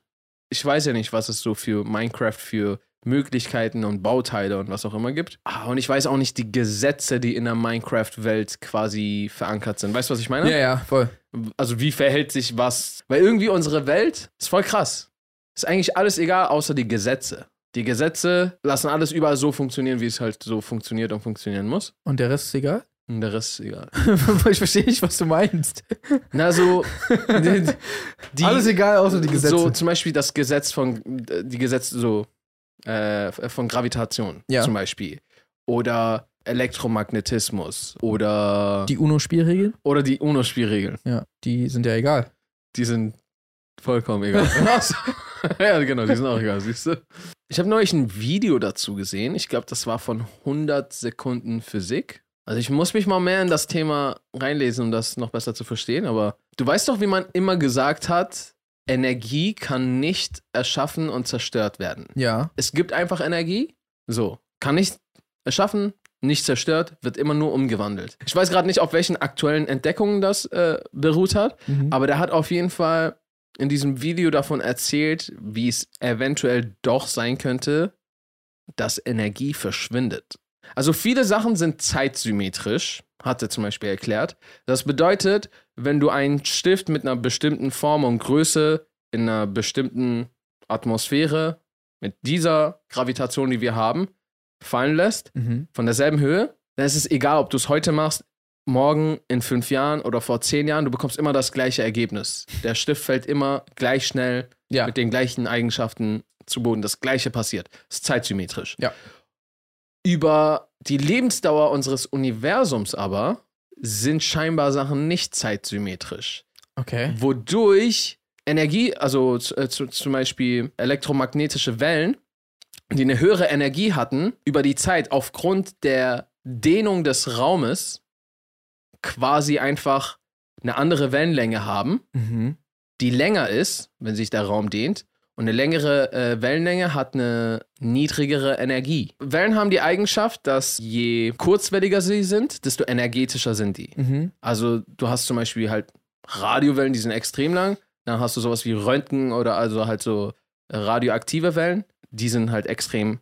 [SPEAKER 1] Ich weiß ja nicht, was es so für Minecraft für Möglichkeiten und Bauteile und was auch immer gibt. Ah, und ich weiß auch nicht die Gesetze, die in der Minecraft-Welt quasi verankert sind. Weißt du, was ich meine?
[SPEAKER 2] Ja, ne? ja, voll.
[SPEAKER 1] Also wie verhält sich was? Weil irgendwie unsere Welt ist voll krass. Ist eigentlich alles egal, außer die Gesetze. Die Gesetze lassen alles überall so funktionieren, wie es halt so funktioniert und funktionieren muss.
[SPEAKER 2] Und der Rest ist egal?
[SPEAKER 1] Und der Rest ist egal.
[SPEAKER 2] ich verstehe nicht, was du meinst.
[SPEAKER 1] Na so, die, die-
[SPEAKER 2] Alles egal, außer die Gesetze.
[SPEAKER 1] So zum Beispiel das Gesetz von, äh, die Gesetze so, äh, von Gravitation
[SPEAKER 2] Ja.
[SPEAKER 1] zum Beispiel. Oder Elektromagnetismus. Oder
[SPEAKER 2] die UNO-Spielregeln?
[SPEAKER 1] oder die UNO-Spielregeln.
[SPEAKER 2] Ja, die sind ja egal.
[SPEAKER 1] Die sind vollkommen egal. ja, genau, die sind auch egal, siehst du? Ich habe neulich ein Video dazu gesehen. Ich glaube, das war von 100 Sekunden Physik. Also ich muss mich mal mehr in das Thema reinlesen, um das noch besser zu verstehen. Aber du weißt doch, wie man immer gesagt hat, Energie kann nicht erschaffen und zerstört werden.
[SPEAKER 2] Ja.
[SPEAKER 1] Es gibt einfach Energie. So, kann nicht erschaffen, nicht zerstört, wird immer nur umgewandelt. Ich weiß gerade nicht, auf welchen aktuellen Entdeckungen das äh, beruht hat.
[SPEAKER 2] Aber
[SPEAKER 1] Aber der hat auf jeden Fall in diesem Video davon erzählt, wie es eventuell doch sein könnte, dass Energie verschwindet. Also viele Sachen sind zeitsymmetrisch, hat er zum Beispiel erklärt. Das bedeutet, wenn du einen Stift mit einer bestimmten Form und Größe in einer bestimmten Atmosphäre, mit dieser Gravitation, die wir haben, fallen lässt,
[SPEAKER 2] Mhm.
[SPEAKER 1] von derselben Höhe, dann ist es egal, ob du es heute machst, morgen, in fünf Jahren oder vor zehn Jahren, du bekommst immer das gleiche Ergebnis. Der Stift fällt immer gleich schnell
[SPEAKER 2] Ja.
[SPEAKER 1] mit den gleichen Eigenschaften zu Boden. Das gleiche passiert. Ist zeitsymmetrisch.
[SPEAKER 2] Ja.
[SPEAKER 1] Über die Lebensdauer unseres Universums aber sind scheinbar Sachen nicht zeitsymmetrisch
[SPEAKER 2] Okay.
[SPEAKER 1] wodurch Energie, also z- äh, zu- zum Beispiel elektromagnetische Wellen, die eine höhere Energie hatten, über die Zeit aufgrund der Dehnung des Raumes quasi einfach eine andere Wellenlänge haben,
[SPEAKER 2] Mhm.
[SPEAKER 1] die länger ist, wenn sich der Raum dehnt. Und eine längere äh, Wellenlänge hat eine niedrigere Energie. Wellen haben die Eigenschaft, dass je kurzwelliger sie sind, desto energetischer sind die.
[SPEAKER 2] Mhm.
[SPEAKER 1] Also du hast zum Beispiel halt Radiowellen, die sind extrem lang. Dann hast du sowas wie Röntgen oder also halt so radioaktive Wellen. Die sind halt extrem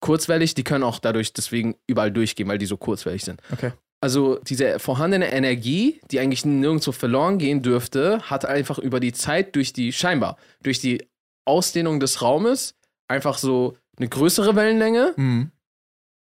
[SPEAKER 1] kurzwellig. Die können auch dadurch deswegen überall durchgehen, weil die so kurzwellig sind.
[SPEAKER 2] Okay.
[SPEAKER 1] Also diese vorhandene Energie, die eigentlich nirgendwo verloren gehen dürfte, hat einfach über die Zeit durch die, scheinbar, durch die Ausdehnung des Raumes einfach so eine größere Wellenlänge
[SPEAKER 2] Mhm.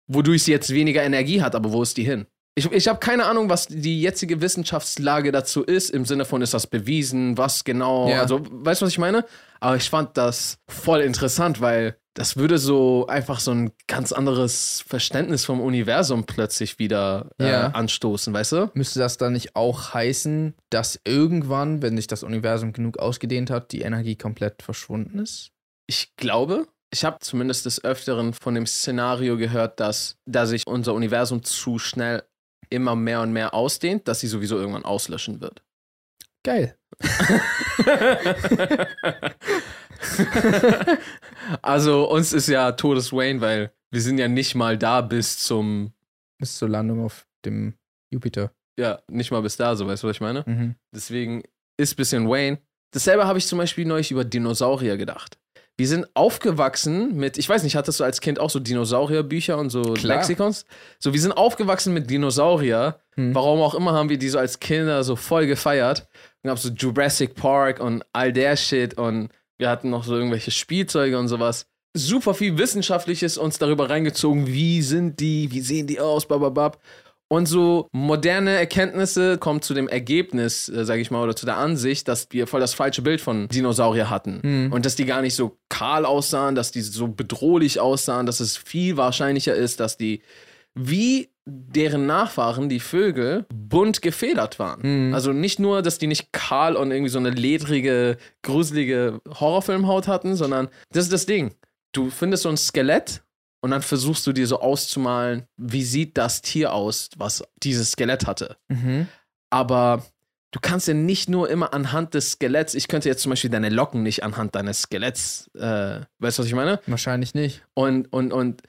[SPEAKER 1] wodurch sie jetzt weniger Energie hat, aber wo ist die hin? Ich, ich habe keine Ahnung, was die jetzige Wissenschaftslage dazu ist, im Sinne von, ist das bewiesen, was genau,
[SPEAKER 2] Ja.
[SPEAKER 1] also, weißt du, was ich meine? Aber ich fand das voll interessant, weil das würde so einfach so ein ganz anderes Verständnis vom Universum plötzlich wieder äh,
[SPEAKER 2] Ja.
[SPEAKER 1] anstoßen, weißt du?
[SPEAKER 2] Müsste das dann nicht auch heißen, dass irgendwann, wenn sich das Universum genug ausgedehnt hat, die Energie komplett verschwunden ist?
[SPEAKER 1] Ich glaube, ich habe zumindest des Öfteren von dem Szenario gehört, dass, da sich unser Universum zu schnell immer mehr und mehr ausdehnt, dass sie sowieso irgendwann auslöschen wird.
[SPEAKER 2] Geil.
[SPEAKER 1] also uns ist ja Todes Wayne, weil wir sind ja nicht mal da bis zum,
[SPEAKER 2] Bis zur Landung auf dem Jupiter.
[SPEAKER 1] ja, nicht mal bis da, so weißt du, was ich meine?
[SPEAKER 2] Mhm.
[SPEAKER 1] Deswegen ist bisschen Wayne. Dasselbe habe ich zum Beispiel neulich über Dinosaurier gedacht. Wir sind aufgewachsen mit, ich weiß nicht, hattest du als Kind auch so Dinosaurierbücher und so
[SPEAKER 2] Klar.
[SPEAKER 1] Lexikons? So, wir sind aufgewachsen mit Dinosaurier.
[SPEAKER 2] Hm.
[SPEAKER 1] Warum auch immer haben wir die so als Kinder so voll gefeiert. Dann gab es so Jurassic Park und all der Shit und wir hatten noch so irgendwelche Spielzeuge und sowas. Super viel Wissenschaftliches uns darüber reingezogen, wie sind die, wie sehen die aus, bababab. Und so moderne Erkenntnisse kommen zu dem Ergebnis, äh, sage ich mal, oder zu der Ansicht, dass wir voll das falsche Bild von Dinosaurier hatten.
[SPEAKER 2] Mhm.
[SPEAKER 1] Und dass die gar nicht so kahl aussahen, dass die so bedrohlich aussahen, dass es viel wahrscheinlicher ist, dass die wie deren Nachfahren, die Vögel, bunt gefedert waren.
[SPEAKER 2] Mhm.
[SPEAKER 1] Also nicht nur, dass die nicht kahl und irgendwie so eine ledrige, gruselige Horrorfilmhaut hatten, sondern das ist das Ding. Du findest so ein Skelett und dann versuchst du dir so auszumalen, wie sieht das Tier aus, was dieses Skelett hatte.
[SPEAKER 2] Mhm.
[SPEAKER 1] Aber du kannst ja nicht nur immer anhand des Skeletts, ich könnte jetzt zum Beispiel deine Locken nicht anhand deines Skeletts, äh, weißt du, was ich meine?
[SPEAKER 2] Wahrscheinlich nicht.
[SPEAKER 1] Und, und, und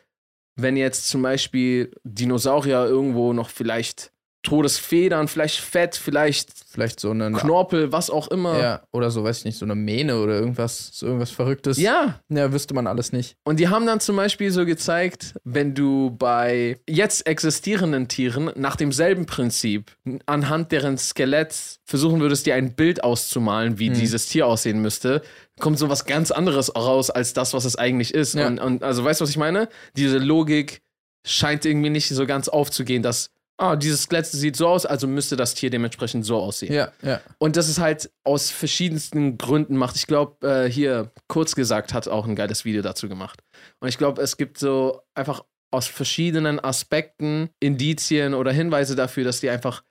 [SPEAKER 1] wenn jetzt zum Beispiel Dinosaurier irgendwo noch vielleicht Todesfedern, vielleicht Fett, vielleicht
[SPEAKER 2] Vielleicht so eine.
[SPEAKER 1] Knorpel, was auch immer.
[SPEAKER 2] ja, oder so, weiß ich nicht, so eine Mähne oder irgendwas, so irgendwas Verrücktes.
[SPEAKER 1] ja.
[SPEAKER 2] Ja, wüsste man alles nicht.
[SPEAKER 1] Und die haben dann zum Beispiel so gezeigt, wenn du bei jetzt existierenden Tieren nach demselben Prinzip anhand deren Skeletts versuchen würdest, dir ein Bild auszumalen, wie
[SPEAKER 2] Mhm.
[SPEAKER 1] dieses Tier aussehen müsste, kommt so was ganz anderes raus als das, was es eigentlich ist.
[SPEAKER 2] Ja.
[SPEAKER 1] Und, und also weißt du, was ich meine? Diese Logik scheint irgendwie nicht so ganz aufzugehen, dass ah, dieses Skelett sieht so aus, also müsste das Tier dementsprechend so aussehen.
[SPEAKER 2] Ja, ja.
[SPEAKER 1] Und das ist halt aus verschiedensten Gründen macht. Ich glaube, äh, hier, kurz gesagt, hat auch ein geiles Video dazu gemacht. Und ich glaube, es gibt so einfach aus verschiedenen Aspekten Indizien oder Hinweise dafür, dass die einfach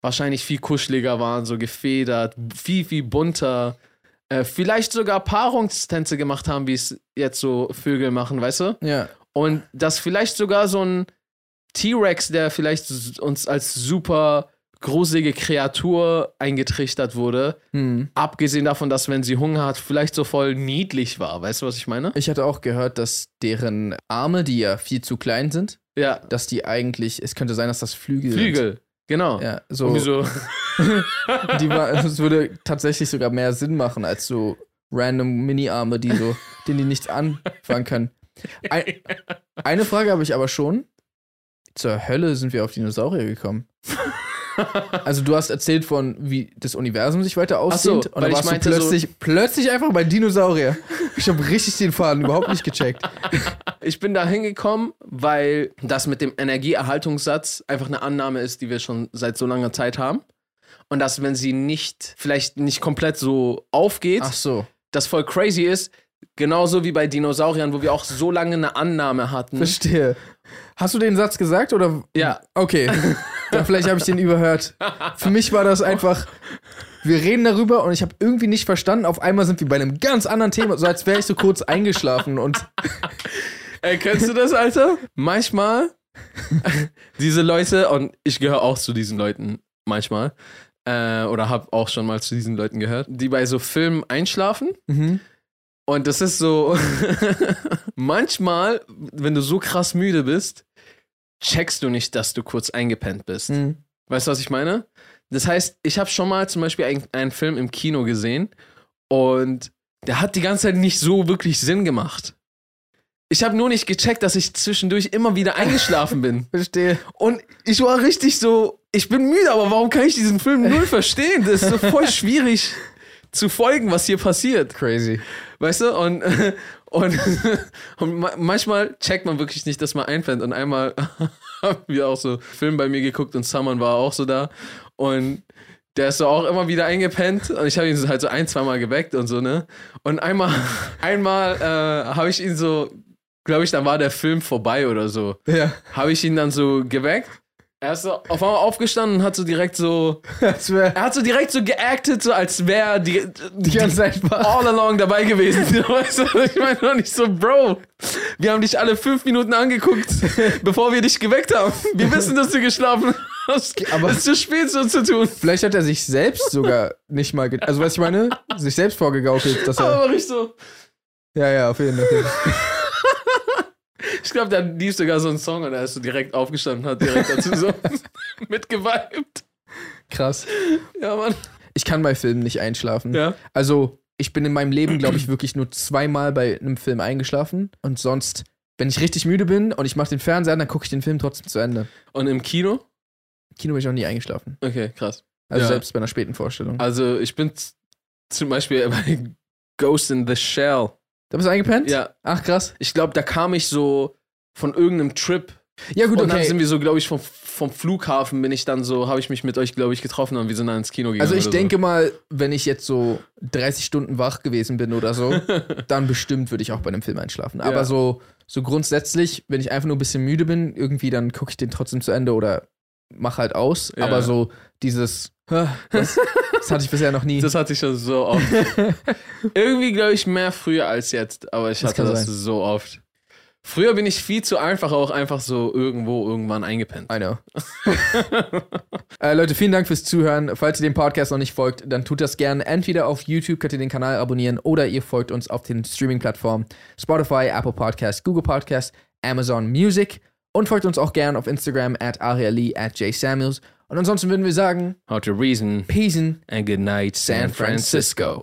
[SPEAKER 1] wahrscheinlich viel kuscheliger waren, so gefedert, viel, viel bunter. Äh, vielleicht sogar Paarungstänze gemacht haben, wie es jetzt so Vögel machen, weißt du?
[SPEAKER 2] Ja.
[SPEAKER 1] Und dass vielleicht sogar so ein T-Rex, der vielleicht s- uns als super gruselige Kreatur eingetrichtert wurde,
[SPEAKER 2] Hm.
[SPEAKER 1] abgesehen davon, dass wenn sie Hunger hat, vielleicht so voll niedlich war. Weißt du, was ich meine?
[SPEAKER 2] Ich hatte auch gehört, dass deren Arme, die ja viel zu klein sind,
[SPEAKER 1] Ja.
[SPEAKER 2] dass die eigentlich, es könnte sein, dass das Flügel sind.
[SPEAKER 1] Flügel. Genau.
[SPEAKER 2] Ja, so.
[SPEAKER 1] Irgendwie so.
[SPEAKER 2] Die war, es würde tatsächlich sogar mehr Sinn machen als so random Mini-Arme, die so, denen die nichts anfangen können. Ein, eine Frage habe ich aber schon. Zur Hölle sind wir auf Dinosaurier gekommen. Also du hast erzählt von, wie das Universum sich weiter ausdehnt. und
[SPEAKER 1] weil
[SPEAKER 2] dann
[SPEAKER 1] ich
[SPEAKER 2] warst
[SPEAKER 1] meinte
[SPEAKER 2] du
[SPEAKER 1] so-
[SPEAKER 2] plötzlich, plötzlich einfach bei Dinosaurier. Ich habe richtig den Faden überhaupt nicht gecheckt.
[SPEAKER 1] Ich bin da hingekommen, weil das mit dem Energieerhaltungssatz einfach eine Annahme ist, die wir schon seit so langer Zeit haben. Und dass, wenn sie nicht, vielleicht nicht komplett so aufgeht,
[SPEAKER 2] Ach so.
[SPEAKER 1] das voll crazy ist. Genauso wie bei Dinosauriern, wo wir auch so lange eine Annahme hatten.
[SPEAKER 2] Verstehe. Hast du den Satz gesagt oder?
[SPEAKER 1] Mhm. Ja.
[SPEAKER 2] Okay. Dann vielleicht habe ich den überhört. Für mich war das einfach. Wir reden darüber und ich habe irgendwie nicht verstanden. Auf einmal sind wir bei einem ganz anderen Thema, so als wäre ich so kurz eingeschlafen und
[SPEAKER 1] Ey, kennst du das, Alter? Manchmal, diese Leute, und ich gehöre auch zu diesen Leuten manchmal, äh, oder habe auch schon mal zu diesen Leuten gehört, die bei so Filmen einschlafen.
[SPEAKER 2] mhm,
[SPEAKER 1] Und das ist so, manchmal, wenn du so krass müde bist, checkst du nicht, dass du kurz eingepennt bist.
[SPEAKER 2] Mhm.
[SPEAKER 1] Weißt du, was ich meine? Das heißt, ich habe schon mal zum Beispiel ein- einen Film im Kino gesehen und der hat die ganze Zeit nicht so wirklich Sinn gemacht. Ich habe nur nicht gecheckt, dass ich zwischendurch immer wieder eingeschlafen bin.
[SPEAKER 2] verstehe.
[SPEAKER 1] Und ich war richtig so, ich bin müde, aber warum kann ich diesen Film null verstehen? Das ist so voll schwierig zu folgen, was hier passiert.
[SPEAKER 2] Crazy.
[SPEAKER 1] Weißt du? Und, und, und ma- manchmal checkt man wirklich nicht, dass man einfällt. Und einmal haben wir auch so Film bei mir geguckt und Saman war auch so da. Und der ist so auch immer wieder eingepennt. Und ich habe ihn so halt so ein, zweimal geweckt und so, ne? Und einmal, einmal äh, habe ich ihn so, glaube ich, dann war der Film vorbei oder so.
[SPEAKER 2] Ja.
[SPEAKER 1] Habe ich ihn dann so geweckt. Er ist so auf einmal aufgestanden und hat so direkt so.
[SPEAKER 2] Das wäre
[SPEAKER 1] Er hat so direkt so geactet, so als wäre die,
[SPEAKER 2] die ganze Zeit wach.
[SPEAKER 1] all along dabei gewesen. Du weißt, was ich meine noch nicht so, Bro. Wir haben dich alle fünf Minuten angeguckt, bevor wir dich geweckt haben. Wir wissen, dass du geschlafen hast.
[SPEAKER 2] Aber-
[SPEAKER 1] Aber es ist zu spät, so zu tun.
[SPEAKER 2] Vielleicht hat er sich selbst sogar nicht mal, ge also was ich meine, sich selbst vorgegaukelt, dass er,
[SPEAKER 1] Aber ich so,
[SPEAKER 2] ja, ja, auf jeden Fall.
[SPEAKER 1] ich glaube, da lief sogar so ein Song und da ist so direkt aufgestanden und hat direkt dazu so mitgeweibt.
[SPEAKER 2] Krass.
[SPEAKER 1] Ja, Mann.
[SPEAKER 2] Ich kann bei Filmen nicht einschlafen.
[SPEAKER 1] Ja.
[SPEAKER 2] Also, ich bin in meinem Leben, glaube ich, wirklich nur zweimal bei einem Film eingeschlafen und sonst, wenn ich richtig müde bin und ich mache den Fernseher an, dann gucke ich den Film trotzdem zu Ende.
[SPEAKER 1] Und im Kino?
[SPEAKER 2] Im Kino bin ich noch nie eingeschlafen.
[SPEAKER 1] Okay, krass.
[SPEAKER 2] Also
[SPEAKER 1] Ja.
[SPEAKER 2] selbst bei einer späten Vorstellung.
[SPEAKER 1] Also, ich bin z- zum Beispiel bei Ghost in the Shell.
[SPEAKER 2] Da bist du eingepennt?
[SPEAKER 1] Ja,
[SPEAKER 2] Ach, krass.
[SPEAKER 1] ich glaube, da kam ich so von irgendeinem Trip
[SPEAKER 2] Ja, gut,
[SPEAKER 1] und dann sind
[SPEAKER 2] okay.
[SPEAKER 1] wir so, glaube ich, vom, vom Flughafen bin ich dann so, habe ich mich mit euch, glaube ich, getroffen und wir sind dann ins Kino gegangen.
[SPEAKER 2] Also ich
[SPEAKER 1] oder
[SPEAKER 2] denke mal, wenn ich jetzt so 30 Stunden wach gewesen bin oder so, dann bestimmt würde ich auch bei einem Film einschlafen. Aber
[SPEAKER 1] Ja.
[SPEAKER 2] so, so grundsätzlich, wenn ich einfach nur ein bisschen müde bin, irgendwie, dann gucke ich den trotzdem zu Ende oder mach halt aus.
[SPEAKER 1] Ja.
[SPEAKER 2] Aber so dieses, "Hä, das, das hatte ich bisher noch nie.
[SPEAKER 1] so. Das hatte ich schon so oft. Irgendwie, glaube ich, mehr früher als jetzt, aber ich
[SPEAKER 2] Das
[SPEAKER 1] hatte
[SPEAKER 2] kann
[SPEAKER 1] das
[SPEAKER 2] sein.
[SPEAKER 1] so oft. Früher bin ich viel zu einfach auch einfach so irgendwo irgendwann eingepennt.
[SPEAKER 2] I know. äh, Leute, vielen Dank fürs Zuhören. Falls ihr dem Podcast noch nicht folgt, dann tut das gerne. Entweder auf YouTube könnt ihr den Kanal abonnieren oder ihr folgt uns auf den Streaming-Plattformen Spotify, Apple Podcasts, Google Podcasts, Amazon Music und folgt uns auch gerne auf Instagram at ariali at jsamuels. Und ansonsten würden wir sagen,
[SPEAKER 1] How to reason
[SPEAKER 2] Peace in
[SPEAKER 1] and good night, San Francisco.